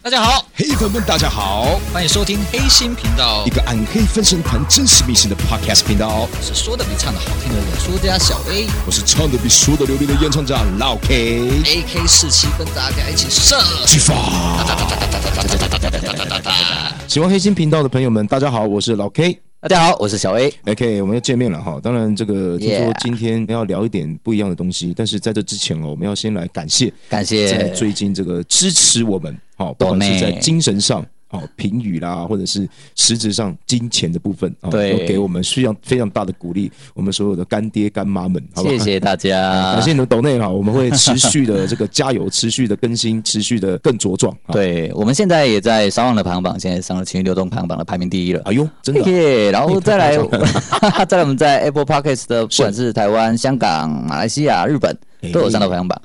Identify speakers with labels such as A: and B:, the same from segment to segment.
A: 大家好，
B: 黑粉们，大家好！
A: 欢迎收听黑心频道
B: 一，个暗黑分身团真实迷信的 Podcast 频道，
A: 我是说的比唱的好听的演说家小 A。
B: 我是唱的比说的流利的演唱家老 K，
A: A K 四七跟大家一起射。
B: 出发！喜欢黑心频道的朋友们，大家好，我是老 K。哎
A: 大家好，我是小 A。
B: OK，我们又见面了哈。当然，这个听说
A: Yeah
B: 今天要聊一点不一样的东西，但是在这之前哦，我们要先来感谢
A: 感
B: 在
A: 谢
B: 最近这个支持我们，哦，不管是在精神上。哦，评语啦，或者是实质上金钱的部分，哦、
C: 对
B: 都给我们非常非常大的鼓励。我们所有的干爹干妈们，好不好？
C: 谢谢大家，
B: 感谢你们抖内哈，我们会持续的这个加油，持续的更新，持续的更茁壮。啊，
C: 对我们现在也在商网的排行榜，现在上了情绪流动排行榜的排名第一了。
B: 哎呦，真的啊、
C: 耶！然后再 来
B: 你不 要，
C: 再来我们在 Apple Podcast 的，不管是台湾、香港、马来西亚、日本，都有上到排行榜。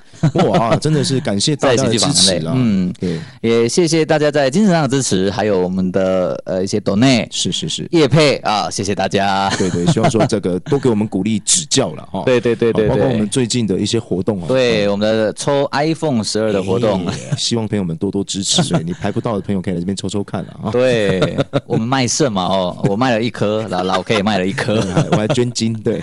B: 哇，真的是感谢大
C: 在
B: 家
C: 经
B: 的
C: 济
B: 支
C: 榜
B: 持
C: 类
B: 啊！，
C: 嗯，
B: 对，
C: 也谢谢大家在精神上的支持，还有我们的呃一些 Donate
B: 是是是，
C: 叶配啊，谢谢大家。
B: 对对，希望说这个多给我们鼓励指教了哈。
C: 对对对
B: 好
C: 对
B: 包括我们
C: 对，
B: 最近的一些活动啊，
C: 对我们的抽 iPhone 十二的活动，
B: 哎希望朋友们多多支持。 对你排不到的朋友可以来这边抽抽看啊。
C: 对我们卖肾嘛哦，我卖了一颗，老老 K 也卖了一颗。
B: 我哎还我还捐精，对，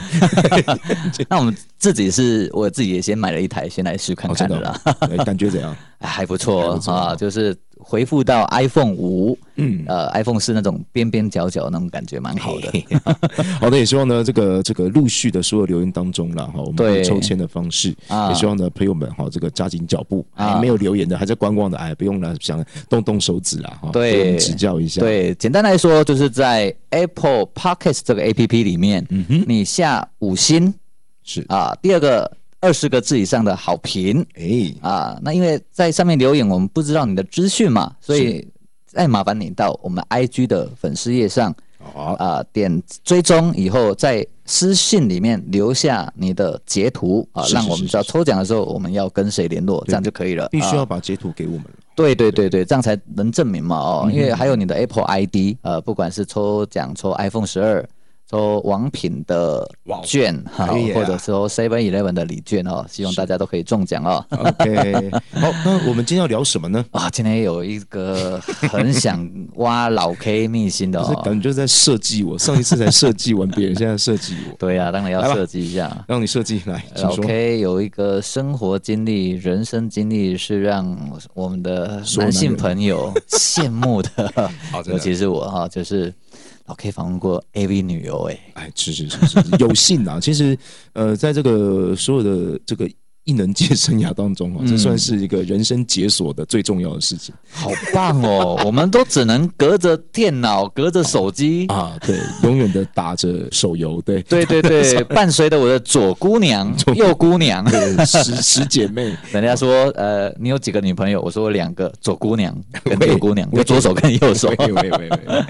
C: 那我们自己是我自己也先买了一台，先 来试看
B: 哦
C: 看
B: 真
C: 的
B: 的
C: 啦，
B: 哦，对感觉怎样？
C: 哎还不
B: 还
C: 错
B: 不错
C: 啊，就是回复到 iPhone 五，
B: 嗯，
C: 呃，iPhone 是那种边边角角那种感觉，蛮好的。
B: 好的，也希望呢，这个这个陆续的所有留言当中啦，哈，我们会有
C: 对
B: 抽签的方式，
C: 啊
B: 也希望呢朋友们哈，这个加紧脚步，
C: 啊
B: 还没有留言的，还在观望的，哎，不用了，想动动手指啦，哈，
C: 对
B: 给我们指教一下，，
C: 对，简单来说，就是在 Apple Podcast 这个 APP 里面，
B: 嗯哼，
C: 你下五星
B: 是，
C: 啊，第二个二十个字以上的好评
B: 哎，
C: 啊，那因为在上面留言，我们不知道你的资讯嘛，所以再麻烦你到我们 IG 的粉丝页上。
B: 好，
C: 啊、点追踪以后，在私信里面留下你的截图啊、
B: 是
C: 让
B: 是
C: 我
B: 是
C: 们知道
B: 是
C: 抽奖的时候我们要跟谁联络，
B: 对
C: 这样就可以了。
B: 必须要
C: 啊
B: 把截图给我们了，
C: 对对对对，这样才能证明嘛哦，因为
B: 嗯
C: 还有你的 Apple ID，呃，不管是抽奖抽 iPhone 十二。抽王品的
B: 哇哦
C: 券哈、
B: 哎呀
C: 或者抽 Seven Eleven 的礼券哦，希望大家都可以中奖哦。
B: OK，好， 那我们今天要聊什么呢？
C: 啊，今天有一个很想挖老 K 秘辛的
B: 就是
C: 哦，
B: 感觉在设计我，上一次才设计完别人，现在设计我，
C: 对啊，当然
B: 来吧
C: 要设计一下。
B: 让你设计来，请
C: 老
B: 说。
C: K 有一个生活经历、人生经历是让我们的
B: 所有
C: 男性
B: 男人
C: 朋友羡慕 的，
B: 好真
C: 尤
B: 的
C: 其是我哈，就是老 K 访问过 AV 女优哎、
B: 哎，是是是是，有幸啊！其实，呃，在这个所有的这个艺能界生涯当中啊，这
C: 嗯
B: 算是一个人生解锁的最重要的事情
C: 好棒哦！ 我们都只能隔着电脑、隔着手机，，
B: 啊！对，永远的打着手游，对
C: 对对对， 伴随着我的左姑娘、右姑娘。
B: 对，十十姐妹，
C: 人家说，呃，你有几个女朋友？我说我两个，左姑 娘跟
B: 喂
C: 右姑娘，
B: 喂
C: 就左手跟右 手。
B: 喂喂喂喂，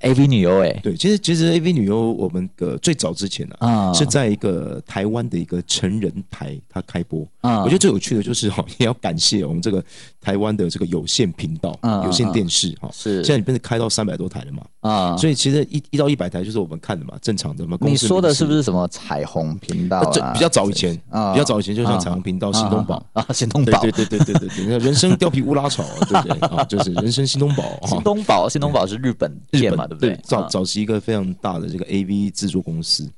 C: AV 女优哎、
B: 对，其实其实 A V 女优，我们呃最早之前啊，
C: 啊，
B: 是在一个台湾的一个成人台，它开播，
C: 啊，
B: 我觉得最有趣的就是哈，也要感谢我们这个台湾的这个有线频道、
C: 嗯
B: 有线电视哈。
C: 是
B: 现在变成开到三百多台了嘛，
C: 啊，
B: 所以其实一一到一百台就是我们看的嘛，正常的嘛。公
C: 你
B: 司
C: 说的是不
B: 是？
C: 是什么彩虹频道
B: 呃这
C: 啊？
B: 比较早以前，
C: 啊
B: 比较早以前就像
C: 啊
B: 彩虹频道、
C: 啊
B: 新东宝，
C: 啊， 新东
B: 对
C: 宝
B: 对，对对对对对，那人生貂皮乌拉草，对不对？ 啊，就是人生新东宝
C: 新
B: 哈。
C: 东宝，新东宝是日本
B: 日
C: 店
B: 本
C: 嘛，对不对？
B: 早
C: 啊
B: 早期一个非常大的这个 AV 制作公司，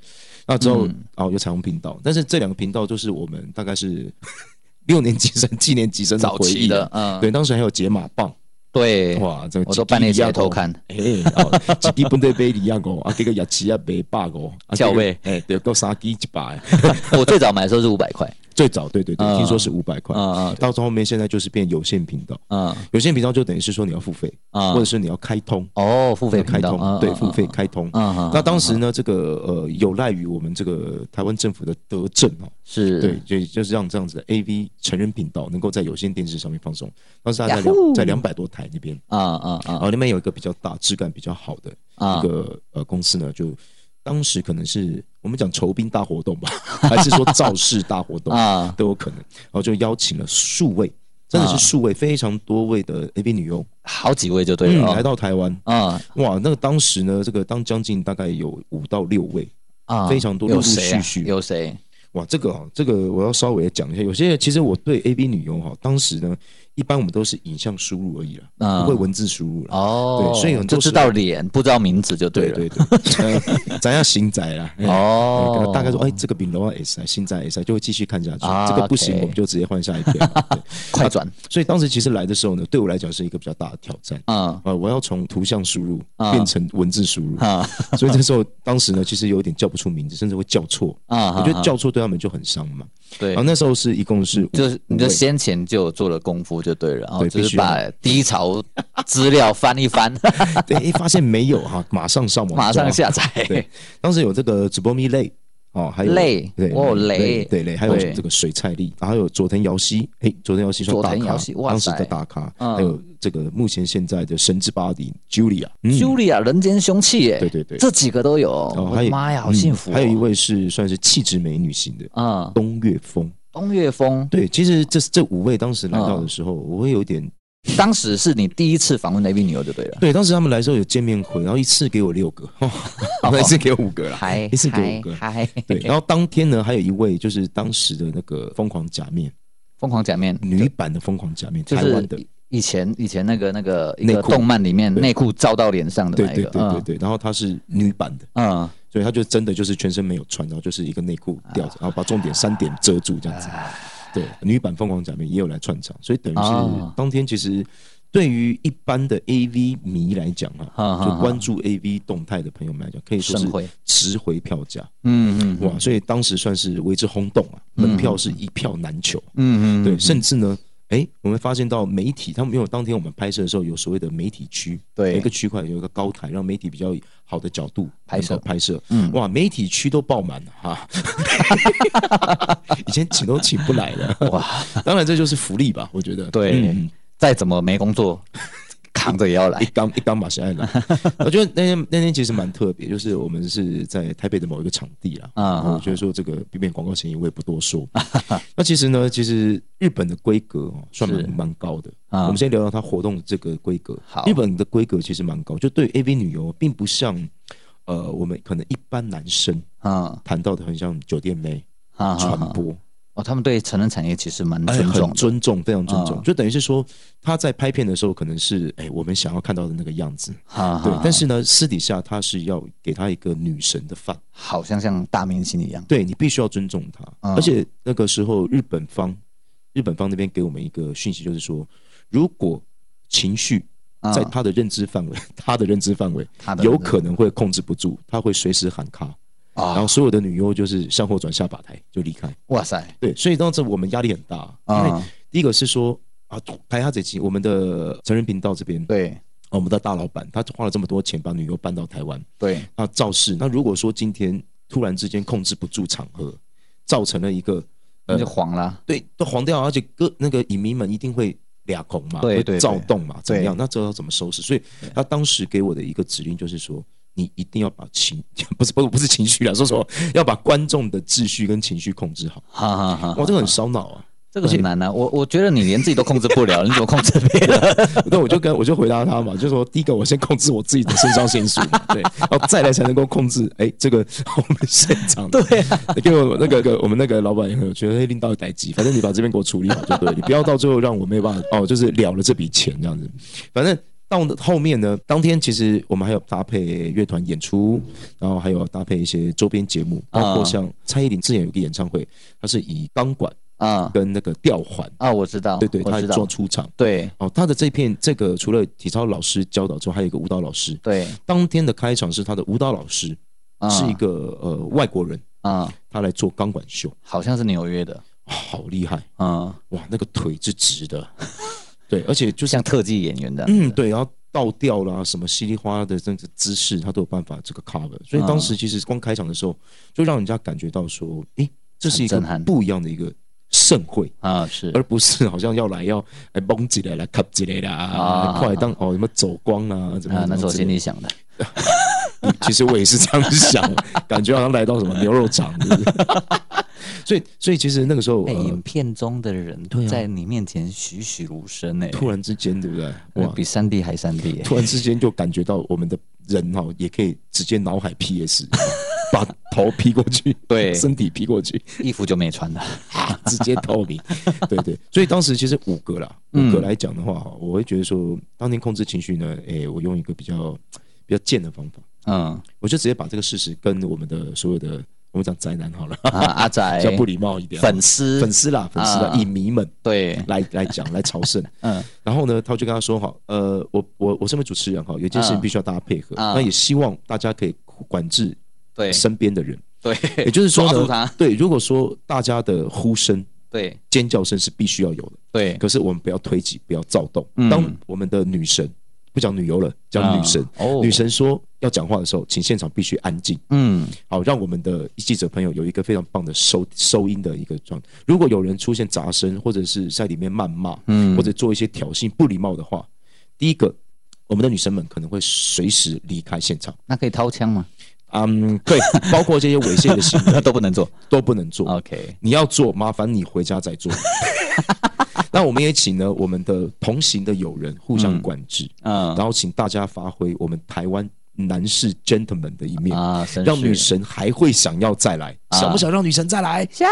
B: 那之
C: 嗯
B: 后哦有彩虹频道，但是这两个频道就是我们大概是 六年级生、七年级生的
C: 早
B: 回
C: 期
B: 忆
C: 的
B: 啊，
C: 嗯，
B: 对，当时还有解码棒，
C: 对，
B: 哇，这个
C: 我都
B: 几
C: 半夜
B: 滴
C: 起
B: 一样
C: 来偷
B: 哦，
C: 看，
B: 哎，哦，一滴本地杯一样哦，啊，这个牙齿啊白八哦，啊
C: 叫啊位，
B: 这个哎，对，够三滴一百，哦
C: 我最早买的时候是五百 块，
B: 最早对对对，
C: 嗯
B: 听说是五百块，
C: 嗯嗯
B: 到后面现在就是变有线频道，
C: 嗯
B: 有线频道就等于是说你要付费，
C: 嗯，
B: 或者是你要开通，
C: 哦，付费频
B: 开
C: 道，
B: 通，
C: 嗯
B: 对，付费，开通。
C: 嗯嗯嗯，
B: 那当时呢，这个呃有赖于我们这个台湾政府的德政哦，
C: 是
B: 对，就就是让这样子的 AV 成人频道能够在有线电视上面放送，当时大概
C: Yahoo
B: 两在两百多台那边，
C: 啊啊
B: 然
C: 啊
B: 后那边有一个比较大、质感比较好的
C: 啊
B: 一，个呃公司呢，就当时可能是我们讲酬宾大活动吧， 还是说造势大活动
C: 啊
B: 都有可能，然后就邀请了数位，真的是
C: 啊
B: 数位非常多位的 AV 女优，
C: 好几位就对
B: 嗯，
C: 了
B: 来
C: 哦，
B: 到台湾，
C: 啊
B: 哇，那个当时呢，这个当将近大概有五到六位，
C: 啊，
B: 非常多
C: 有谁啊
B: 陆陆续续
C: 有谁？
B: 哇，这个哦，这个我要稍微讲一下。有些其实我对 A B 女优哈，当时呢，一般我们都是影像输入而已啦，
C: 嗯
B: 不会文字输入啦。
C: 哦，
B: 对所以很
C: 就
B: 多
C: 知
B: 时候
C: 道脸，不知道名字就
B: 对
C: 了。
B: 对对，呃咱要行宅啦。哎
C: 哦
B: 嗯跟他大概说，哎，这个比罗瓦 S 行宅 S 就会继续看下去。
C: 啊
B: 这个不行，
C: OK
B: 我们就直接换下一 篇。对啊
C: 快转，
B: 所以当时其实来的时候呢，对我来讲是一个比较大的挑战。
C: 嗯
B: 呃，我要从图像输入
C: 啊
B: 变成文字输 入，
C: 啊
B: 所以这时候当时呢，其实有点叫不出名字，甚至会叫错。
C: 啊，
B: 我觉得
C: 啊
B: 叫错对他们就很伤嘛。
C: 对
B: 然后，那时候是一共是五
C: 就是你就
B: 五位
C: 先前就有做了功夫就对了，哦，
B: 对
C: 就
B: 必
C: 是
B: 须要
C: 把低潮资料翻一 翻，
B: 对，一发现没有哈，马上上网，
C: 马上
B: 抓。
C: 下载
B: 对。，当时有这个直播蜜类哦，还有
C: 类
B: 对，
C: 哇类
B: 对类，还有
C: 对
B: 这个水菜粒，啊还有佐藤遥希，哎，佐藤遥希算
C: 佐
B: 大
C: 藤
B: 咖
C: 遥希，哇
B: 当时
C: 塞
B: 的大咖，
C: 嗯
B: 还有这个目前现在的神之巴黎 Julia，嗯
C: Julia 人间凶器耶，
B: 对对对
C: 这几个都有哦，
B: 哦
C: 我
B: 还
C: 的
B: 有
C: 妈呀，好
B: 嗯
C: 幸福哦。
B: 还有一位是算是气质美女型的
C: 嗯，
B: 东岳风。
C: 东岳峰，
B: 对，其实这这五位当时来到的时候，我会有点
C: 当时是你第一次访问 A B 女优就对了，
B: 对，当时他们来的时候有见面会，然后一次给我六个，哦
C: 哦
B: 一次给我五个啦，
C: 嗨
B: 一次给
C: 嗨
B: 五个。
C: 嗨，
B: 对，然后当天呢，还有一位就是当时的那个疯狂假面
C: 疯狂假面
B: 女版的疯狂假面，
C: 就
B: 台湾
C: 是
B: 的，
C: 以前以前那个那个一个
B: 内裤
C: 动漫里面
B: 对
C: 内裤照到脸上的
B: 对
C: 那一
B: 对
C: 个，
B: 对对对。然后她是女版的，
C: 嗯嗯，
B: 所以她就真的就是全身没有穿，然后就是一个内裤吊
C: 啊
B: 着，然后把重点三点遮住这样子。对，女版疯狂假面也有来串场，所以等于
C: 哦
B: 是当天其实。对于一般的 A V 迷来讲
C: 嗯嗯
B: 哈，就关注 A V 动态的朋友们来讲，可以说
C: 盛会
B: 是值回票价
C: 嗯嗯
B: 哇！所以当时算是为之轰动啊，门票是一票难求。
C: 嗯嗯，
B: 对，甚至呢，哎，我们发现到媒体，他们因为当天我们拍摄的时候有所谓的媒体区，
C: 对
B: 每个区块有一个高台，让媒体比较好的角度
C: 拍摄
B: 能够拍摄，嗯，哇，媒体区都爆满了 哈，以前请都请不来的哇，当然这就是福利吧，我觉得，
C: 对，
B: 嗯哎
C: 再怎么没工 作，扛着也要来
B: 一。缸一缸马西 爱来，我觉得那天那天其实蛮特别，就是我们是在台北的某一个场地啦。
C: 啊
B: 啊，
C: 啊
B: 我觉得说这个避免广告嫌疑，我也不 多说。那其实呢，其实日本的规格哦，算
C: 是
B: 蛮蛮高的。
C: 啊
B: 我们先聊聊它活动的这个规格。
C: 好
B: 日本的规格其实蛮高，就对 AV 女优，并不像呃我们可能一般男生
C: 嗯
B: 谈到的很像酒店妹、
C: 啊
B: 传
C: 啊！
B: 播，
C: 哦，他们对成人产业其实蛮
B: 哎
C: 尊重
B: 很
C: 的。
B: 尊重，非常尊重。
C: 嗯
B: 就等于是说，他在拍片的时候，可能是哎我们想要看到的那个样子。
C: 哈
B: 对
C: 哈，
B: 但是呢，私底下他是要给他一个女神的范，
C: 好像像大明星一样。
B: 对你必须要尊重他。
C: 嗯
B: 而且那个时候，日本方日本方那边给我们一个讯息，就是说，如果情绪
C: 嗯
B: 在他的认知范围， 他的认知范围
C: 他的
B: 有可哦能会控制不住，他会随时喊卡，然
C: 啊，
B: 后所有的女优就是向后转下把台就离开。
C: 哇塞，
B: 对，所以当时我们压力很大，因为
C: 啊，
B: 第一个是说啊，台下这期我们的成人频道这边，啊
C: 对
B: 我们的大老板他花了这么多钱把女优搬到台湾。
C: 对，
B: 那啊造势，那如果说今天突然之间控制不住场合，造成了一个
C: 那就黄了。
B: 对都黄掉，而且各那个影迷们一定会俩恐嘛，
C: 对
B: 会
C: 对
B: 躁
C: 对
B: 动嘛，怎么
C: 对
B: 样？那这要怎么收拾？所以他当时给我的一个指令就是说，你一定要把情 不是不是不是情绪了，说什么要把观众的秩序跟情绪控制好。
C: 哈哈哈，
B: 哇，这个很烧脑啊！
C: 这个很难啊。我我觉得你连自己都控制不了，你怎么控制别 人？
B: 那我就跟我就回答他嘛，就说第一个我先控制我自己的肾上腺素嘛，对，然后再来才能够控制哎、这个我们现场的。对、
C: 啊
B: 因为我那个个我们那个老板也很有趣，哎，领导待机，反正你把这边给我处理好就对，你不要到最后让我没有办法哦，就是了了这笔钱这样子，反正。到后面呢，当天其实我们还有搭配乐团演出，然后还有搭配一些周边节目，包括像蔡依林之前有一个演唱会，它是以钢管
C: 啊
B: 跟那个吊环，
C: 啊，我知道，
B: 对对，
C: 我
B: 它
C: 知
B: 做
C: 道，
B: 出场。
C: 对
B: 哦，他的这片这个除了体操老师教导之外，还有一个舞蹈老师。
C: 对，
B: 当天的开场是他的舞蹈老师、
C: 啊
B: 是一个呃外国人，
C: 啊，
B: 他来做钢管秀，
C: 好像是纽约的，
B: 好厉害
C: 嗯，
B: 哇！那个腿是直的， 对，而且就是
C: 像特技演员的，
B: 嗯对，然后倒吊啦什么稀里哗啦的这个姿势，他都有办法这个 cover。所以当
C: 啊
B: 时其实光开场的时候，就让人家感觉到说，诶，这是一个
C: 很震撼
B: 不一样的一个盛会。
C: 啊是
B: 而不是好像要来要来蒙起来来 cup 之类的
C: 啊
B: 啊，快当哦什么走光啊，怎么
C: 啊，
B: 样
C: 那是我
B: 之类
C: 心
B: 的
C: 里想的。
B: 嗯其实我也是这样想， 感觉好像来到什么牛肉厂。是不是 所以，所以其实那个时候，
C: 哎，
B: 呃
C: 影、片中的人
B: 对啊
C: 在你面前栩栩如生哎，
B: 突然之间，对不对？
C: 呃
B: 哇，
C: 比三 D 还三 D 哎。
B: 突然之间就感觉到我们的人哈、哦，也可以直接脑海 PS， 把头劈过去，
C: 对
B: 身体劈过去， 啊
C: 衣服就没穿了。
B: 直接 透明。对对，所以当时其实五个啦，
C: 嗯
B: 五个来讲的话，哈，我会觉得说，当天控制情绪呢，诶，我用一个比较比较贱的方法，
C: 嗯
B: 我就直接把这个事实跟我们的所有的我们讲宅男好了，
C: 啊，阿仔
B: 比较不礼貌一点，
C: 啊粉丝
B: 粉丝啦，粉丝啦，
C: 啊
B: 影迷们
C: 对，
B: 来来讲来朝圣。
C: 嗯
B: 然后呢，他就跟他说：“好，呃，我我我身为主持人哈，有一件事情
C: 嗯
B: 必须要大家配合，
C: 嗯
B: 那也希望大家可以管制
C: 对
B: 身边的人，也
C: 对
B: 就是说
C: 抓住
B: 呢
C: 他，
B: 对，如果说大家的呼声、
C: 对
B: 尖叫声是必须要有的，
C: 对，
B: 可是我们不要推挤，不要躁动。
C: 嗯
B: 当我们的女神不讲女优了，讲女神，
C: 嗯哦
B: 女神说要讲话的时候，请现场必须安静，
C: 嗯
B: 好让我们的记者朋友有一个非常棒的收收音的一个状态。如果有人出现杂声，或者是在里面谩骂，
C: 嗯
B: 或者做一些挑衅、不礼貌的话，第一个，我们的女生们可能会随时离开现场。
C: 那可以掏枪 吗？
B: 嗯，对，包括这些猥亵的行 为
C: 都不能做。
B: 都不能做。
C: OK，
B: 你要做，麻烦你回家 再做。那我们也请呢，我们的同行的友人互相管制，
C: 嗯
B: 然后请大家发挥我们台湾男士 gentleman 的一面，
C: 啊，绅士
B: 让女神还会想要再来。
C: 啊
B: 想不想让女神再来？
C: 想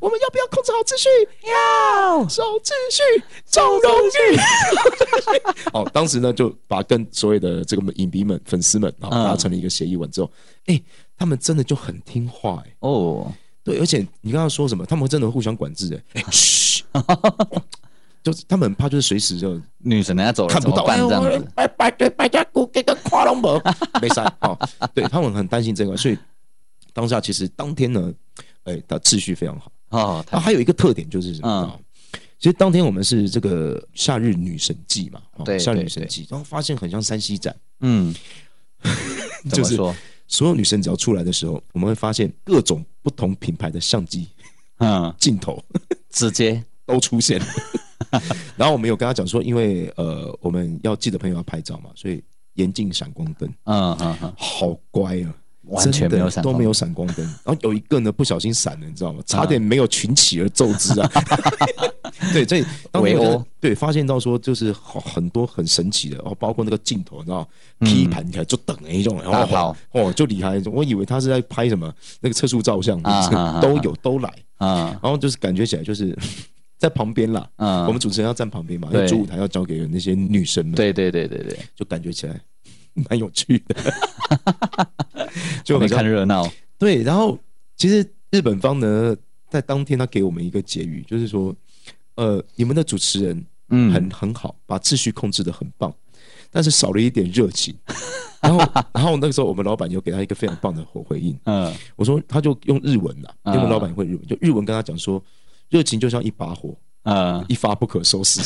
B: 我们要不要控制好秩序？
C: 要
B: 守秩序，守荣誉。 哦，当时呢就把跟所有的这个影迷们、粉丝们啊，
C: 嗯
B: 达成了一个协议文之后，哎、他们真的就很听话哎、
C: 哦，
B: 对，而且你刚刚说什么，他们真的互相管制 哎、哎嘘，就是他们很怕，就是随时就
C: 女神人家走了
B: 看
C: 怎
B: 不
C: 么
B: 到，
C: 办这样
B: 哎我
C: 子？
B: 百百百百家谷给个跨龙门， 没塞哦，对他们很担心这个，所以当下其实当天呢，哎、的秩序非常好。
C: 哦，
B: 啊，
C: 他
B: 还有一个特点就是什么？
C: 嗯
B: 你知道吗其实当天我们是这个夏日女神季嘛，哦
C: 对
B: 夏日
C: 对
B: 女神季，然后发现很像山西展，
C: 嗯，怎
B: 就
C: 么
B: 是
C: 说？
B: 所有女神只要出来的时候，我们会发现各种不同品牌的相机
C: 嗯，
B: 镜头
C: 直接
B: 都出现。 然后我们有跟他讲说，因为呃我们要记得朋友要拍照嘛，所以严禁闪光灯，
C: 嗯嗯嗯，
B: 好乖啊。
C: 完全没有闪光嗯
B: 真的都没有闪光 灯，然后有一个呢不小心闪了，你知道吗？差点没有群起而奏之 啊！对，所以当
C: 围
B: 时
C: 殴
B: 我就对发现到说，就是好很多很神奇的，哦，包括那个镜头，你知道，劈盘起来就等那种，
C: 嗯大
B: 然后
C: 炮
B: 哦就厉害，我以为他是在拍什么那个测速照 相
C: 啊啊啊，
B: 都有都来，
C: 嗯
B: 然后就是感觉起来就是 在旁边啦，
C: 嗯，
B: 我们主持人要站旁边嘛，因
C: 对
B: 为主舞台要交给那些女生们，
C: 对对对对对，
B: 就感觉起来 蛮有趣的， 就
C: 就
B: 好
C: 没
B: 像
C: 看热闹。
B: 对，然后其实日本方呢，在当天他给我们一个结语，就是说，呃，你们的主持人
C: 嗯
B: 很、很好，把秩序控制的很棒，但是少了一点热情。 然后，然后那个时候我们老板有给他一个非常棒的回回应，
C: 嗯
B: 我说他就用日文啦，因为我们
C: 啊
B: 老板会日文，就日文跟他讲说，热情就像一把火，
C: 嗯，
B: 一发不可收拾，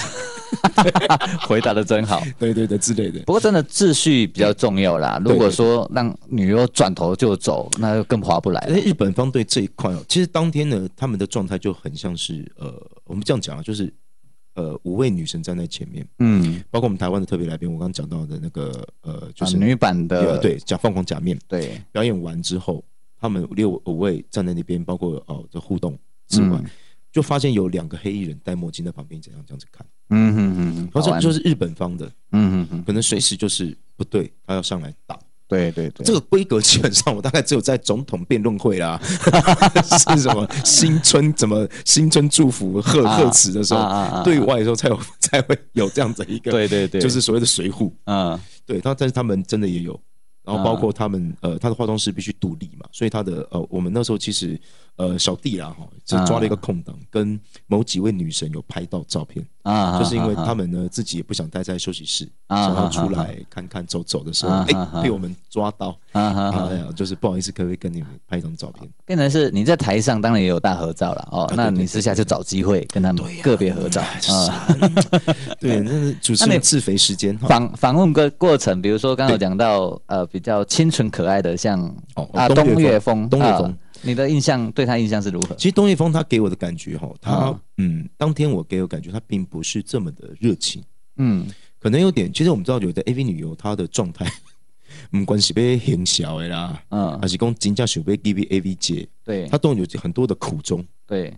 C: 回答的真好。
B: 对对对之类的。
C: 不过真的秩序比较重要啦。
B: 对
C: 如果说让女优转头就走，那就更划不来
B: 而
C: 了。
B: 且日本方对这一块哦，其实当天呢，他们的状态就很像是呃，我们这样讲啊，就是呃，五位女神站在前面，
C: 嗯，
B: 包括我们台湾的特别来宾，我刚刚讲到的那个呃，就是、
C: 啊女版
B: 呃
C: 的
B: 对假放狂假面
C: 对，
B: 表演完之后，他们六五位站在那边，包括哦的互动之外，
C: 嗯
B: 就发现有两个黑衣人戴墨镜在旁边这样这样子看，
C: 嗯哼哼哼，
B: 然后
C: 好
B: 这
C: 玩
B: 就是日本方的，
C: 嗯哼哼，
B: 可能随时就是不对，他要上来打。
C: 对对对，
B: 这个规格基本上我大概只有在总统辩论会啦， 是什么新春怎么新春祝福贺
C: 啊
B: 贺词的时候，
C: 啊啊啊啊
B: 对外的时候才有 才会有这样子一个，
C: 对对对，
B: 就是所谓的随扈。
C: 嗯
B: 对，他但是他们真的也有，然
C: 啊
B: 后包括他们、呃，他的化妆师必须独立嘛，所以他的呃，我们那时候其实呃，小弟啦哈，只
C: 啊
B: 抓了一个空档，跟某几位女神有拍到照片，
C: 啊，
B: 就是因为
C: 啊
B: 他们呢自己也不想待在休息室，
C: 啊
B: 想要
C: 啊
B: 出
C: 啊
B: 来看看走走的时候，
C: 啊
B: 哎、
C: 啊啊
B: 被我们抓到，
C: 啊啊啊
B: 哎呀，就是不好意思，可不可以跟你们拍一张照片？
C: 变成是你在台上当然也有大合照了哦，那你私下就找机会跟他们个别合照
B: 哎
C: 啊。
B: 对，那是主持
C: 那
B: 人
C: 你
B: 自肥时间哈。
C: 访访问个过程，比如说刚刚有讲到呃比较清纯可爱的，像
B: 哦
C: 啊
B: 哦东岳
C: 东岳
B: 峰
C: 风，
B: 东岳
C: 啊
B: 峰，
C: 你的印象对他印象是如何？
B: 其实东岳峰他给我的感觉哈，他
C: 啊
B: 嗯，当天我给我感觉他并不是这么的热情。
C: 嗯
B: 可能有点，其实我们知道有的 AV 女优她的状态，嗯，关系被很小的啦，
C: 嗯
B: 还，是讲真正想被 g v AV 界，
C: 对
B: 她都有很多的苦衷，
C: 对，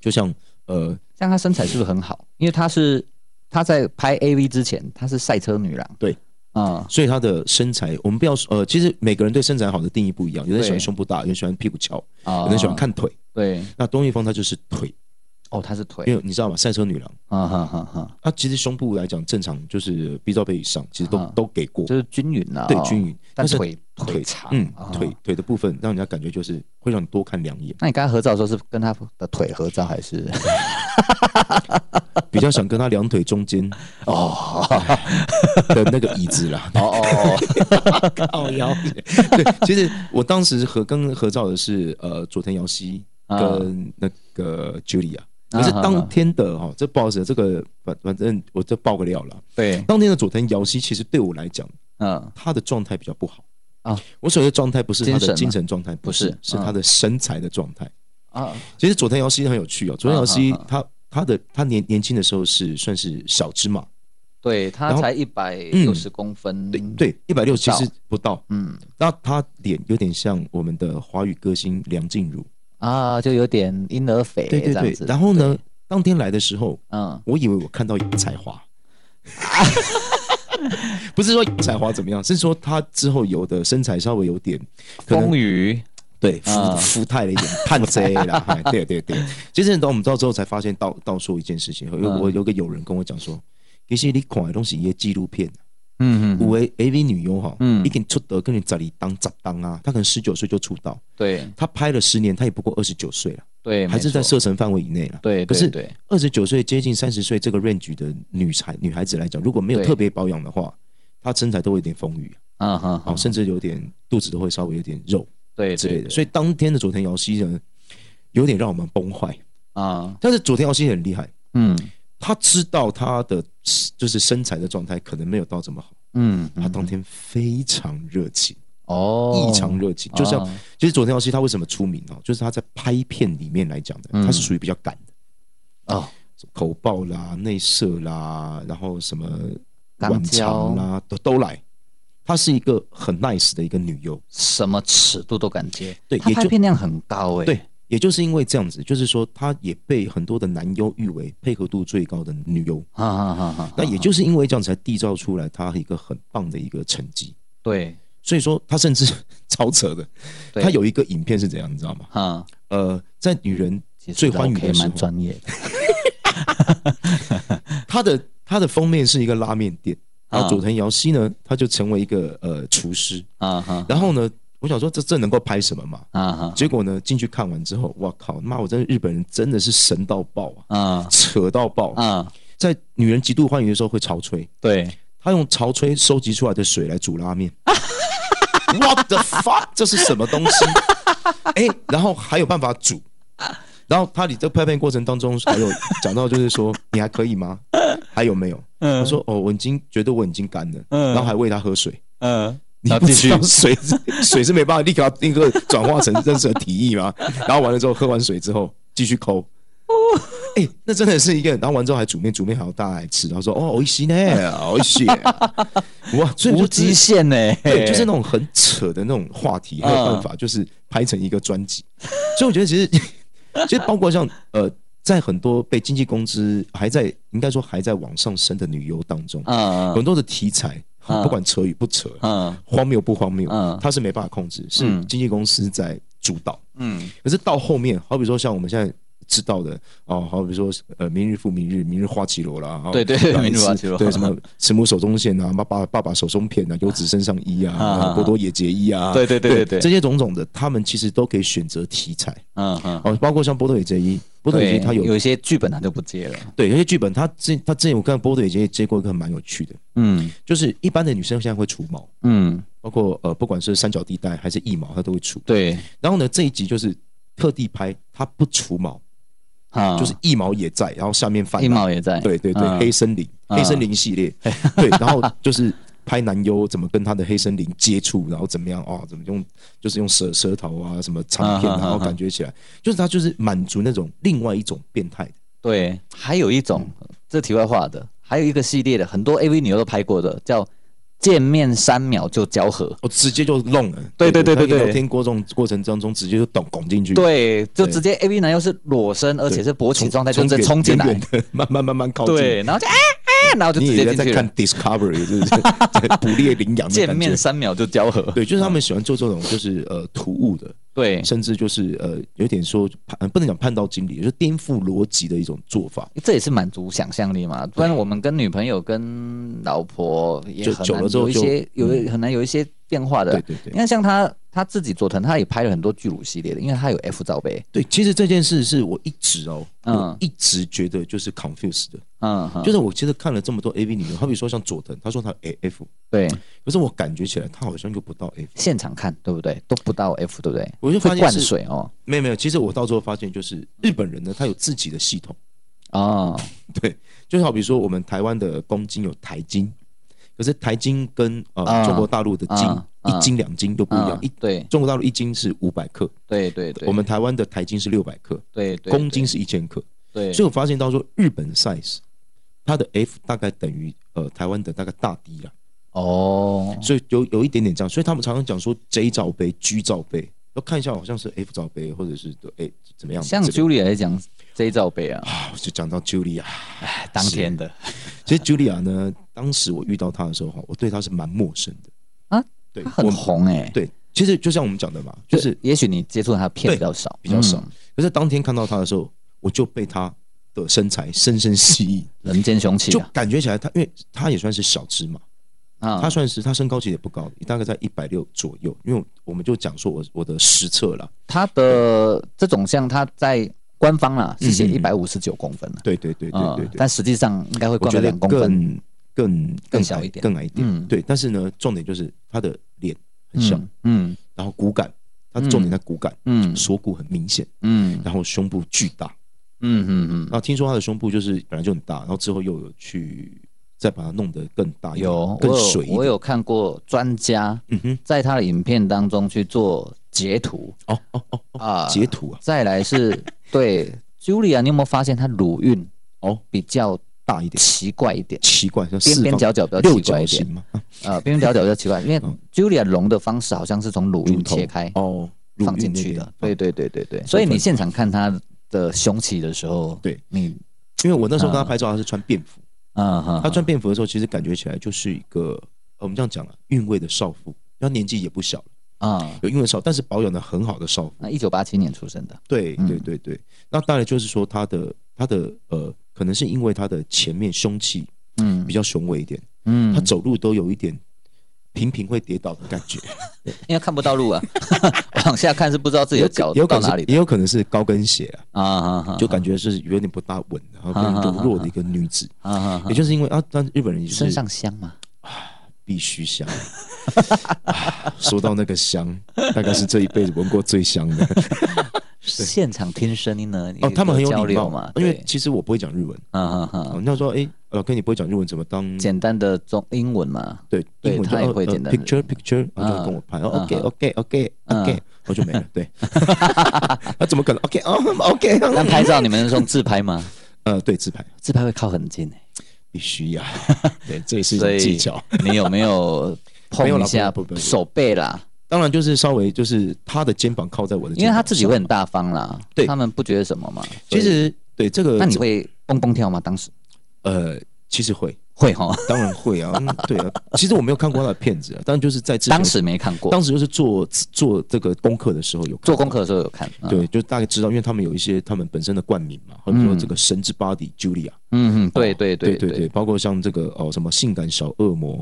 B: 就像呃，
C: 像她身材是不是很好？因为她是她在拍 AV 之前，她是赛车女郎，
B: 对，
C: 嗯，
B: 所以他的身材，我们不要说呃，其实每个人对身材好的定义不一样，有人喜欢
C: 对
B: 胸部大，有人喜欢屁股翘，
C: 啊
B: 有人喜欢看腿。
C: 对，
B: 那东一峰他就是腿，
C: 哦，他是腿
B: 因，为你知道吗？赛车女郎，
C: 啊哈哈哈，
B: 她其实胸部来讲正常就是 B 罩杯以上，其实都
C: 啊
B: 都给过，
C: 就是均匀了，
B: 对
C: 哦
B: 均匀
C: 但
B: 但是
C: 腿
B: 腿
C: 长，
B: 嗯
C: 啊，
B: 腿。腿的部分让人家感觉就是会让你多看两眼，
C: 那你跟他合照的时候是跟他的腿合照还是？
B: 比较想跟他两腿中间
C: 哦
B: 的 那个椅子 啦。
C: 哦哦，
B: 靠腰。 对，其实我当时合跟合照的是呃佐藤遥希
C: 啊
B: 跟那个 Julia，
C: 啊
B: 可是
C: 啊
B: 当天的哈、哦，这不好意思，这个反反正我这爆个料了。
C: 对，
B: 当天的佐藤遥希其实对我来讲，
C: 嗯，
B: 他的状态比较不好
C: 啊。
B: 我所谓的状态不是他
C: 精神
B: 的
C: 吗
B: 精神状态，不是，
C: 不是
B: 是
C: 啊
B: 他的身材的状态。
C: 啊，
B: 其实佐藤遥希很有趣哦，佐藤遥希
C: 啊啊啊
B: 他他的他年年轻的时候是算是小芝麻，
C: 对他
B: 然后
C: 才一百六十公分，
B: 对对，一百六其实不到。
C: 嗯
B: 那他脸有点像我们的华语歌星梁静茹，
C: 啊，就有点婴儿肥
B: 对
C: 哎这
B: 对
C: 样
B: 对
C: 子。。
B: 然后呢，当天来的时候，
C: 嗯，
B: 我以为我看到有 才华，不是说有才华怎么样，是说他之后有的身材稍微有点可能
C: 风雨
B: 对
C: 啊
B: 肤肤态 了一点，探贼啦，哎对对对。其实等我们到之后才发现到到说一件事情，有
C: 嗯
B: 我有个友人跟我讲说，其实你看的东西也纪录片。
C: 嗯
B: 有的 AV 女优哈，
C: 嗯
B: 已经出道，跟你十二当十当啊，她可能十九岁就出道，
C: 对
B: 她拍了十年，她也不过二十九岁了。
C: 对，
B: 还是在
C: 没错
B: 射程范围以内了。
C: 对对
B: 可是
C: 对
B: 二十九岁接近三十岁这个 range 的女孩女孩子来讲，如果没有
C: 对
B: 特别保养的话，她身材都会有点丰腴，
C: 嗯哼
B: 哦，
C: 哼，
B: 甚至有点肚子都会稍微有点肉
C: 对
B: 之
C: 对
B: 类的。所以当天的佐藤遥希呢，有点让我们崩坏。
C: 以啊
B: 但是佐藤遥希很厉害，
C: 嗯
B: 他知道他的就是身材的状态可能没有到这么好，
C: 嗯
B: 他当天非常热情，
C: 哦
B: 异常热情。就像
C: 啊
B: 其实佐藤遥希他为什么出名哦，就是他在拍片里面来讲的，
C: 嗯
B: 他是属于比较敢的。
C: 哦
B: 口爆啦、内射啦，然后什么
C: 肛
B: 晚场啦，都都来。她是一个很 nice 的一个女优，
C: 什么尺度都敢接，
B: 对
C: 他
B: 也就
C: 拍片量很高哎，
B: 对，也就是因为这样子，就是说她也被很多的男优誉为配合度最高的女优。
C: 哈哈哈哈，
B: 那也就是因为这样，才缔造出来她一个很棒的一个成绩。
C: 对
B: 所以说，她甚至 超扯的，
C: 对，啊
B: 她有一个影片是怎样，你知道吗？
C: 哈，
B: 呃，在女人
C: 其实
B: 最欢愉
C: OK，
B: 的时
C: 蛮
B: 候，
C: 专业的
B: 她的她的封面是一个拉面店，然后
C: 啊
B: 佐藤遥希呢，她就成为一个呃厨师，
C: 啊哈
B: 然后呢，我想说这这能够拍什么嘛？
C: 啊哈
B: 结果呢，进去看完之后，哇靠，妈，我真的日本人真的是神到爆啊，
C: 啊
B: 扯到爆啊！
C: 啊
B: 在女人极度欢愉的时候会潮吹，
C: 对，
B: 他用潮吹收集出来的水来煮 拉面。What the fuck？这是什么东 西？哎、然后还有办法煮。然后他你这拍片过程当中还有讲到，就是说你还可以吗？ 还有没有？
C: 嗯
B: 我说哦，我已经觉得我已经干了，
C: 嗯
B: 然后还喂他喝水。
C: 嗯，
B: 你
C: 然
B: 不
C: 后继
B: 知
C: 续
B: 道水是水是没办法立刻立刻转化成任何提议吗？然后完了之后，喝完水之后继续抠。
C: 哦
B: 哎、那真的是一个，然后完之后还煮面，煮面还要大家来吃。然后说哦，美 味しい呢，美味しい。哇，所以
C: 无
B: 就
C: 极
B: 是
C: 限呢，
B: 对，就是那种很扯的那种话题，还有办
C: 嗯
B: 法就是拍成一个专辑。所以我觉得其实其实包括像呃，在很多被经纪公司还在应该说还在往上升的女优当中，
C: 嗯
B: 很多的题材，
C: 嗯
B: 不管扯与不扯，
C: 嗯
B: 荒谬不荒谬，
C: 嗯
B: 他是没办法控制，是
C: 嗯
B: 经纪公司在主导。
C: 嗯
B: 可是到后面，好比说像我们现在知道的哦，好比说呃，明日复明日，明日花绮罗啦，哦
C: 对对
B: 不好意
C: 明
B: 思
C: 日花绮罗
B: 对什么慈母手中线啊，爸爸爸爸手中片啊，游子身上衣
C: 啊啊
B: 啊，
C: 啊
B: 波多野结衣啊，
C: 对对对对对
B: 这些种种的，他们其实都可以选择题材
C: 嗯嗯，
B: 哦，包括像波多野结衣，波多野结
C: 对
B: 衣他有
C: 有一些剧本他就不接了，
B: 对有些剧本，他之他之前我看波多野结衣接过一个蛮有趣的，
C: 嗯
B: 就是一般的女生现在会除毛。
C: 嗯，
B: 包括呃，不管是三角地带还是腋毛，它都会除。
C: 对，
B: 然后呢，这一集就是特地拍，它不除毛，
C: 啊，
B: 就是腋毛也在，然后下面泛
C: 一
B: 滥
C: 毛也在，
B: 对对对，
C: 嗯
B: 黑森林，
C: 嗯
B: 黑森林系列，对，然后就是拍男优怎么跟他的黑森林接触，然后怎么样哦，怎么用，就是用舌舌头啊，什么长片，
C: 嗯嗯嗯
B: 然后感觉起来，就是他就是满足那种另外一种变态的。
C: 对，还有一种，这题外话的，还有一个系列的，很多 AV 女优都拍过的，叫见面三秒就交合。
B: 我哦直接就弄了，
C: 对对对对
B: 在
C: 对
B: 聊天过程过程当中直接就懂拱进去，
C: 对，就
B: 对
C: 直接 AV 男优是裸身，而且是勃起
B: 从，
C: 状态，就
B: 从
C: 是
B: 远
C: 冲进
B: 远
C: 来
B: 远。的慢慢慢慢靠近，
C: 对，然后就哎哎然后就
B: 你
C: 直
B: 也
C: 接
B: 在
C: 进
B: 在
C: 去了
B: 看。Discovery，就是 在捕猎羚羊的
C: 见
B: 感
C: 面
B: 觉。
C: 三秒就交合，
B: 对，就是他们喜欢做这种，就是呃突兀的，
C: 对，
B: 甚至就是呃有点说叛，呃不能讲叛道经理，就是颠覆逻辑的一种做法。
C: 这也是满足想象力嘛。不然我们跟女朋友、跟老婆也
B: 就
C: 很
B: 久了
C: 难
B: 之后
C: 有一
B: 就嗯
C: 些有很难有一些变化
B: 对
C: 的。
B: 对对
C: 你。看，像他他自己佐藤，他也拍了很多巨乳系列的，因为他有 F 罩杯。
B: 对，其实这件事是我一直哦，
C: 嗯
B: 我一直觉得就是 confused 的，
C: 嗯，哼
B: 就是我其实看了这么多 A V 女优，好比说像佐藤，他说他 A F，
C: 对，
B: 可是我感觉起来他好像又不到 F，
C: 现场看对不对？都不到 F 对不对？
B: 我就发
C: 会
B: 现
C: 灌
B: 是
C: 水哦。
B: 没有没有，其实我到最后发现就是日本人呢，他有自己的系统，
C: 哦，
B: 对，就是好比说我们台湾的公斤有台斤，可是台斤跟呃、
C: 啊
B: 中国大陆的斤、
C: 啊啊
B: 一斤两斤都不一样，
C: 嗯
B: 一
C: 对
B: 中国大陆一斤是五百克，
C: 对对对，
B: 我们台湾的台斤是六百克，
C: 对对
B: 公斤是一千克，
C: 对，
B: 所以我发现到说日本 size，它的 F 大概等于呃台湾的大概大 D 啦，
C: 哦，
B: 所以有有一点点这样，所以他们常常讲说 J 罩杯、G 罩杯，要看一下好像是 F 罩杯或者是哎怎么样，
C: 像
B: 这个
C: Julia 来讲，这一罩杯啊，
B: 啊，就讲到 Julia，
C: 哎当天的
B: 其实 Julia 呢，当时我遇到她的时候哈，我对她是蛮陌生的
C: 啊，
B: 对，
C: 他很
B: 我
C: 红哎，
B: 对，其实就像我们讲的嘛，就是
C: 也许你接触他片比较少，
B: 比较少
C: 嗯，
B: 可是当天看到她的时候，我就被她的身材深深吸 引，
C: 人间凶器
B: 就
C: 啊，
B: 感觉起来她，因为她也算是小芝麻。
C: 啊
B: 他算是他身高其实也不高，大概在一百六左右。因为我们就讲说我我的实测啦，
C: 他的这种像他在官方啦是写
B: 嗯嗯
C: 一
B: 嗯
C: 百五十九公分的，
B: 对对对对对
C: 嗯
B: 对，
C: 但实际上应该会
B: 我
C: 灌
B: 觉
C: 个
B: 得
C: 两公分，
B: 更更
C: 更
B: 矮
C: 小一点
B: 更矮一点。
C: 嗯
B: 对，但是呢，重点就是他的脸很小，
C: 嗯嗯
B: 然后骨感，他重点在骨感，
C: 嗯
B: 锁骨很明显，
C: 嗯
B: 然后胸部巨大。
C: 嗯嗯
B: 那听说他的胸部就是本来就很大，然后之后又有去再把它弄得更大
C: 嗯，
B: 一点，
C: 有
B: 更
C: 我有
B: 水一
C: 我
B: 点。
C: 有看过专家
B: 嗯哼，
C: 在他的影片当中去做截图
B: 哦哦哦哦，
C: 啊，
B: 截图啊，
C: 再来 是对 Julia，你有没有发现她乳晕
B: 哦
C: 比较
B: 大一点，
C: 奇怪一点，
B: 奇怪，像
C: 边
B: 四
C: 边
B: 方
C: 角角比较
B: 六
C: 奇怪
B: 角
C: 一点
B: 形。吗？啊
C: 呃，边边角角比较奇怪，因为 Julia 隆的方式好像是从乳
B: 乳
C: 晕
B: 头
C: 切开
B: 哦，乳
C: 放
B: 晕
C: 进
B: 那
C: 去
B: 边啊
C: 的，对，哦对对对对，
B: 部
C: 所以你
B: 分
C: 现场看他的胸器的时候，
B: 对
C: 你，
B: 因为我那时候跟他拍照，他是穿便服，
C: 嗯哼，
B: 他穿便服的时候，其实感觉起来就是一个呃我们这样讲啊，韵味的少妇，因为他年纪也不小了，
C: 啊，
B: 有韵味少，但是保养的很好的少妇，
C: 那一九八七年出生的，
B: 对
C: 嗯
B: 对对对，那当然就是说他的他的呃，可能是因为他的前面胸器
C: 嗯
B: 比较雄伟一点，
C: 嗯
B: 他，走路都有一点。频频会跌倒的感 觉，
C: 因为看不到路啊， 往下看是不知道自己的脚
B: 也有可
C: 到
B: 能
C: 哪
B: 是
C: 里的
B: 也有可能是高跟鞋啊，
C: 啊，哈
B: 就感觉是有点不大稳，然后
C: 啊啊啊
B: 柔弱的一个女子，
C: 啊哈哈
B: 也，就是因为啊，但日本人也是
C: 身上香吗？
B: 必须香。啊说到那个香，大概是这一辈子闻过最香的。
C: 现场听声音呢？
B: 哦，他们很
C: 交
B: 有礼
C: 流
B: 貌
C: 嘛，
B: 因为
C: 对
B: 其实我不会讲日文。
C: 啊哈哈
B: 哦，，那说，哎，老哥你不会讲日文，怎么当？
C: 简单的中英文嘛，
B: 对，
C: 对
B: 英文
C: 他也会简单的
B: picture picture，然后就
C: 嗯
B: 跟我拍
C: 嗯
B: ，OK
C: 嗯
B: OK OK
C: 嗯
B: OK，我就没了。对， 那怎么可能？OK 哦 OK，
C: 那拍照你们是用自拍吗？
B: 呃，对，自拍
C: 自拍会靠很近欸
B: 必须呀，对，这也是一
C: 所
B: 种
C: 以
B: 技巧。
C: 你有没有碰
B: 没有
C: 一
B: 啦
C: 下
B: 不不不不
C: 手背啦？
B: 当然就是稍微就是他的肩膀靠在我的肩膀上，
C: 因为他自己会很大方啦，
B: 对
C: 他们不觉得什么嘛。
B: 其
C: 所以，
B: 实对这个，
C: 那你会蹦蹦跳吗？当时
B: 呃，其实会。
C: 会哈，
B: 当然会啊，嗯对啊。其实我没有看过他的片子、啊，但就是在之前
C: 当时没看过
B: 当，时就是做做这个功课的时候有看
C: 做功课的时候有看。嗯
B: 到，，对，就大概知道，因为他们有一些他们本身的冠名嘛，或者说这个神之 body Julia，
C: 嗯嗯，对对
B: 对
C: 对
B: 对对，包括像这个哦什么性感小恶魔，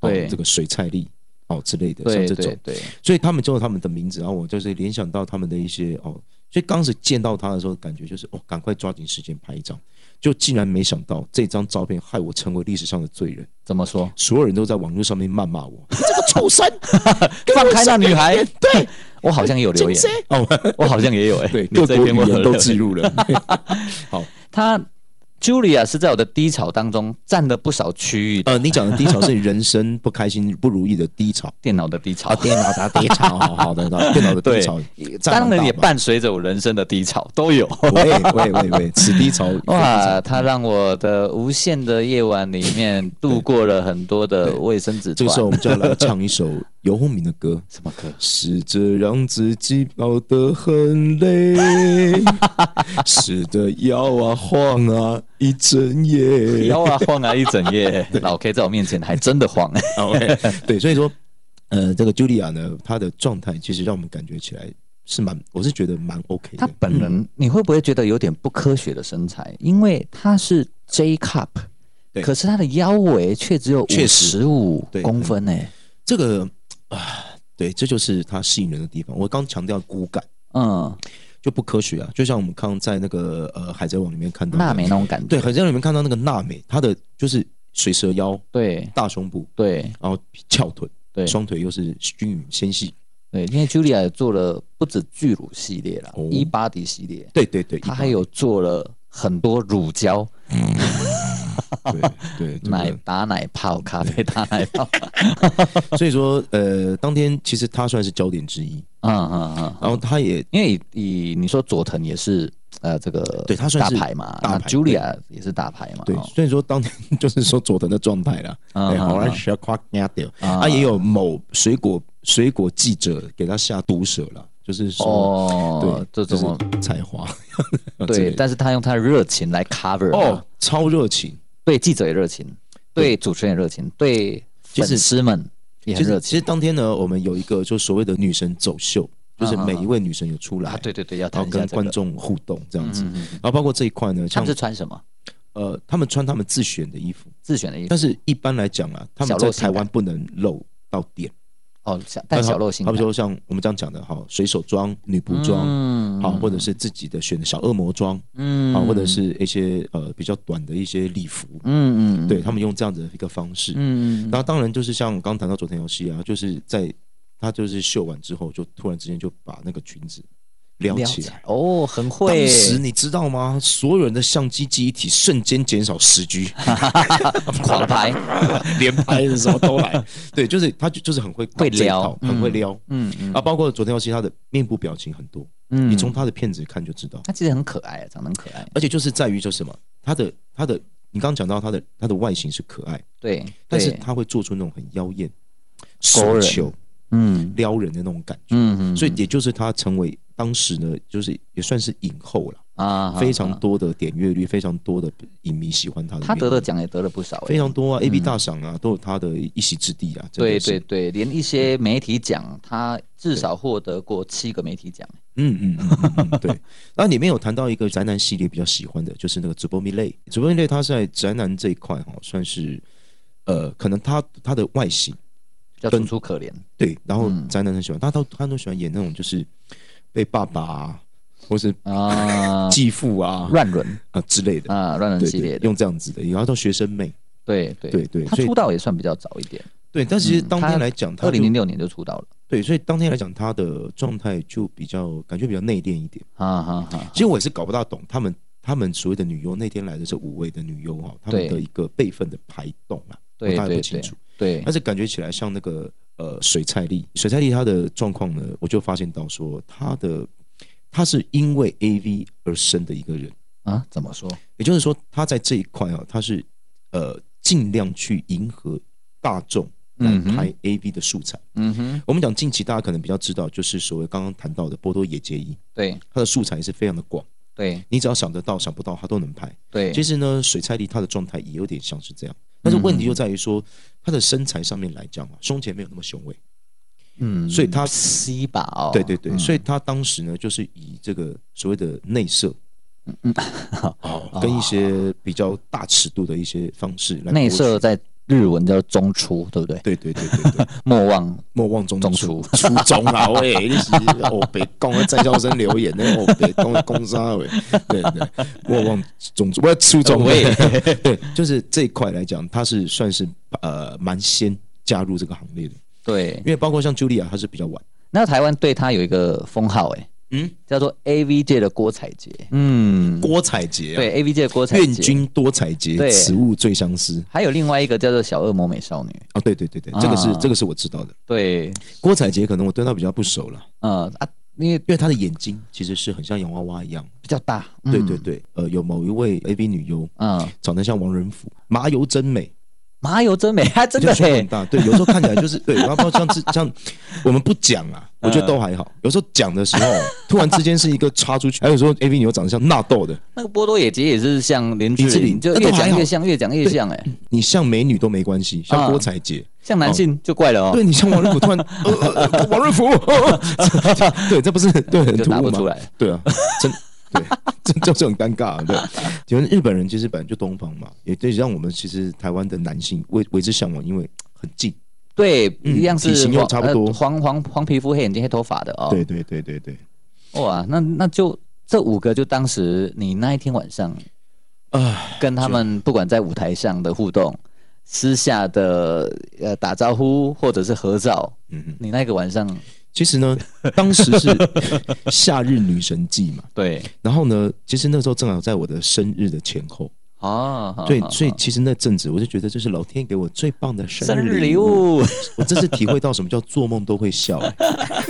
B: 哦
C: 对
B: 这个水菜丽哦之类的，像
C: 对
B: 这
C: 对
B: 种，
C: 对，
B: 所以他们就有他们的名字，然后我就是联想到他们的一些哦，所以当时见到他的时候，感觉就是哦，赶快抓紧时间拍一张，就竟然没想到这张照片害我成为历史上的罪人。
C: 怎么说？
B: 所有人都在网络上面谩骂 我，你这个畜生，给我
C: 放开那女孩
B: 上面一点
C: 我好像也有留
B: 对，
C: 言
B: 金， 哦，
C: 我好像也有哎。
B: 对，
C: 你
B: 各
C: 这
B: 国
C: 篇
B: 语
C: 我有
B: 言都
C: 留
B: 置
C: 言
B: 入 了。
C: 他 Julia 是在我的低潮当中占了不少区域的，
B: 呃，你讲的低潮是人生不开心、不如意的低潮，
C: 电脑的低潮。
B: 电脑的低潮，好好的， 好电脑的低
C: 对
B: 潮，占蛮
C: 当然也
B: 大嘛。
C: 伴随着我人生的低潮，都有。
B: 喂喂喂喂，此低潮
C: 哇，它让我的无限的夜晚里面度过了很多的卫生纸
B: 这
C: 团
B: 个时候我们就要来唱一首游鸿明 的歌，
C: 什么歌？
B: 试着让自己熬得很累，试着摇啊晃啊一整夜。
C: 摇啊晃啊一整 夜，老 K 在我面前还真的晃。哎
B: OK，对，所以说，呃，这个茱莉亚呢，她的状态其实让我们感觉起来是蛮，我是觉得蛮 OK
C: 他
B: 的。
C: 本人你会不会觉得有点不科学的身材？因为他是 J cup，
B: 对
C: 可是他的腰围却只有
B: 确
C: 五
B: 实
C: 十五
B: 对
C: 公分欸诶、
B: 这个啊，对，这就是她吸引人的地方。我刚强调骨感
C: 嗯，
B: 就不科学啊，就像我们刚刚在那个呃《海贼王》里面看到的
C: 娜美那种感觉，
B: 对，《海贼王》里面看到那个娜美，她的就是水蛇腰、
C: 对
B: 大胸部，
C: 对
B: 然后翘腿，
C: 对
B: 双腿又是均匀纤细。
C: 对，因为 Julia 也做了不止巨乳系列了
B: 哦，
C: 伊巴迪系列，
B: 对 对对，
C: 他还有做了很多乳胶
B: 对对对
C: 奶
B: 对
C: 打奶泡、咖啡打奶泡，
B: 所以说呃，当天其实他算是焦点之一，
C: 嗯嗯嗯，
B: 然后他也
C: 因为以以你说佐藤也是呃这个
B: 对他算
C: 大
B: 是
C: 牌嘛，
B: 大
C: 那
B: 牌
C: Julia 也是大牌嘛，
B: 对，
C: 哦
B: 所以说当天就是说佐藤的状态啦，
C: 嗯
B: 哎，
C: 嗯
B: 好
C: 嗯
B: 像是要夸压掉，
C: 嗯
B: 啊，也有某水果水果记者给他下毒舌了，就是说
C: 哦
B: 对，，
C: 这
B: 就是
C: 种
B: 才华，之类
C: 对，
B: 的
C: 但是他用他的热情来 cover
B: 哦
C: 哦，，
B: 超热情。
C: 对记者也热情，对主持人也热情，对
B: 其
C: 粉
B: 实
C: 丝们也
B: 其
C: 很热
B: 实
C: 情
B: 其实当天呢，我们有一个就所谓的女神走秀，就是
C: 嗯嗯嗯
B: 每一位女神有出来
C: 啊，，对对对，要
B: 然
C: 谈
B: 后
C: 一下
B: 跟
C: 这
B: 观
C: 个。
B: 众互动这样子，
C: 嗯嗯嗯
B: 然后包括这一块呢，
C: 他
B: 像
C: 们是穿什么？
B: 呃，他们穿他们自选的衣服，
C: 自选的衣服
B: 但是一般来讲啊，他
C: 小
B: 们在
C: 露性
B: 台
C: 感
B: 湾不能露到点，
C: 哦，小但小露性
B: 好
C: 感，
B: 比说像我们这样讲的哈，水手装、女仆装，
C: 嗯
B: 好，或者是自己的选的小恶魔装，
C: 嗯
B: 啊，或者是一些呃比较短的一些礼服，
C: 嗯嗯，
B: 对他们用这样子的一个方式，
C: 嗯，嗯嗯，
B: 然后当然就是像刚谈到昨天游戏啊，就是在他就是秀完之后，就突然之间就把那个裙子撩
C: 了
B: 起
C: 解
B: 来。
C: 哦，很会
B: 当，时你知道吗？所有人的相机记忆体瞬间减少十 G，
C: 狂拍，
B: 连拍的时候 都来。对，就是他就就是很会搞
C: 会
B: 这一
C: 撩
B: 套很会撩。
C: 嗯嗯
B: 啊，包括昨天游戏他的面部表情很多，
C: 嗯
B: 你从他的片子看就知道。
C: 他其实很可爱，啊长得很可爱，
B: 而且就是在于就是什么，他的他的你刚刚讲到他的他的外形是可爱，
C: 对，
B: 但是
C: 对
B: 他会做出那种很妖艳、
C: 勾
B: 手
C: 人
B: 球
C: 嗯
B: 撩人的那种感觉。
C: 嗯嗯，
B: 所以也就是她成为当时呢，就是也算是影后了，
C: 啊
B: 非常。
C: 啊
B: 多的点阅率，非常多的影迷喜欢她的。
C: 他得的，奖也得了不少、欸，
B: 非常多啊，A B 大赏啊，都有她的一席之地啊。真
C: 对
B: 的
C: 对，
B: 是
C: 对，连一些媒体奖，他至少获得过七个媒体奖。
B: 嗯嗯嗯嗯嗯，对。那里面有谈到一个宅男系列比较喜欢的，就是那个直播迷类，直播迷类，它是在宅男这一块哈，算是呃，可能他他的外形
C: 比较
B: 跟
C: 楚楚可怜，
B: 对，然后
C: 嗯
B: 宅男很喜欢，他他他都喜欢演那种就是被爸爸啊，或是，
C: 啊
B: 继父啊
C: 乱伦
B: 啊之类的。
C: 啊，乱伦
B: 对
C: 系列
B: 对，
C: 的，
B: 用这样子的，然后到学生妹，
C: 对对
B: 对对
C: 他
B: 所以
C: 出道也算比较早一点，
B: 对，但其实
C: 嗯
B: 当天
C: 他
B: 来讲，他
C: 二零
B: 就
C: 零六年就出道了，
B: 对，所以当天来讲，他的状态就比较感觉比较内敛一点。
C: 哈哈哈。
B: 其实我也是搞不大懂他们他们所谓的女优那天来的这五位的女优哈，他们
C: 对
B: 的一个辈分的排动啊，
C: 对
B: 我大概不
C: 对
B: 清
C: 对
B: 楚。
C: 对
B: 但，是感觉起来像那个呃水菜丽，水菜丽她的状况呢，我就发现到说她的她是因为 A V 而生的一个人，
C: 啊，怎么说？
B: 也就是说她在这一块啊，她是呃尽量去迎合大众来
C: 嗯哼
B: 拍 A V 的素材。
C: 嗯哼，
B: 我们讲近期大家可能比较知道，就是所谓刚刚谈到的波多野结衣，
C: 对
B: 他的素材是非常的广，
C: 对
B: 你只要想得到、想不到，他都能拍。
C: 对，
B: 其
C: 实
B: 实呢，水菜丽她的状态也有点像是这样，但是问题就在于说，她的身材上面来讲啊，胸前没有那么雄伟，
C: 嗯
B: 所以他
C: C 吧哦，
B: 对对对，
C: 嗯
B: 所以她当时呢，就是以这个所谓的内射，
C: 嗯
B: 哦，跟一些比较大尺度的一些方式来
C: 内
B: 博
C: 射
B: 取，
C: 在日文叫中出，对不对？
B: 对对对对对，
C: 莫忘
B: 莫忘中
C: 中
B: 初初中啊，喂，你是哦北工的在校生留言那个哦北工的工商喂，对对，莫忘中初，我初中喂， 对，就是这一块来讲，他是算是呃蛮先加入这个行列的，
C: 对
B: 因。为包括像茱莉亚，她是比较晚，
C: 那台湾对他有一个封号、欸，
B: 嗯，
C: 叫做 A V 界的郭采洁，嗯，
B: 郭采洁、啊，，
C: 对 A V 界的郭采
B: 愿
C: 洁，
B: 君多采洁，
C: 对
B: 此物最相思
C: 还有另外一个叫做小恶魔美少女，
B: 啊，对对对对，这个是
C: 啊
B: 这个是我知道的，
C: 对，
B: 郭采洁可能我对她比较不熟了，
C: 嗯啊，因为
B: 因为她的眼睛其实是很像洋娃娃一样，
C: 比较大，嗯
B: 对对，对，呃，有某一位 A B 女优。
C: 嗯，
B: 长得像王仁甫，麻油真美，
C: 麻油真美，还真的
B: 就胸
C: 嘞
B: 很，大，对，有时候看起来就是对，然后包括像这 像我们不讲啊，我觉得都还好。有时候讲的时 候，突然之间是一个插出去，还有时候 A V 牛长得像纳豆的，
C: 那个波多野结也是像林志
B: 林志
C: 玲，
B: 玲
C: 就
B: 那
C: 越
B: 都还
C: 讲越
B: 好
C: 像，越讲越
B: 对
C: 像哎，
B: 你像美女都没关系，像
C: 啊
B: 郭采洁，
C: 像男
B: 哦
C: 性就怪了哦。
B: 对你像王瑞甫突然， 呃呃呃王瑞甫， 哦哦对， 这不是对很
C: 就
B: 突
C: 答
B: 兀
C: 不出
B: 吗？
C: 来，
B: 对啊，真。对， 这就是很尴尬、啊对，请问日本人其实本来就东方嘛，也对，让我们其实台湾的男性为为之向往，因为很近。
C: 对，
B: 嗯
C: 一样是
B: 体型又
C: 黄
B: 差不多
C: 呃黄黄黄皮肤、黑眼睛、黑头发的哦。
B: 对对对对对。
C: 哇，那那就这五个，就当时你那一天晚上
B: 啊，
C: 跟他们不管在舞台上的互动，私下的呃打招呼或者是合照，
B: 嗯哼。
C: 你那个晚上
B: 其实呢，当时 是夏日女神季嘛，
C: 对
B: 然后呢，其实那时候正好在我的生日的前后，
C: 哦，好
B: 对
C: 好，
B: 所以
C: 好
B: 其实那阵子我就觉得这是老天给我最棒的
C: 生
B: 生
C: 日
B: 日
C: 礼
B: 礼物，
C: 物，
B: 我 真是啊体会到什么叫做梦都会 笑、哎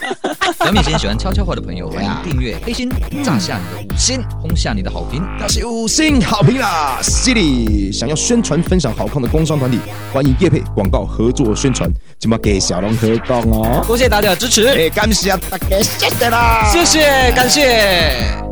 A: 小米今天喜欢悄悄话的朋 友，欢
C: 啊
A: 迎订阅黑心，炸下你的五星，轰下你的好评。
B: 那是五星好评啦，City 想要宣传分享好看的工商团体，欢迎叶配广告合作宣传，今麦给小龙合作哦，
A: 多谢大家的支持，
B: 哎，感谢大家，谢谢啦，
A: 谢谢，感谢。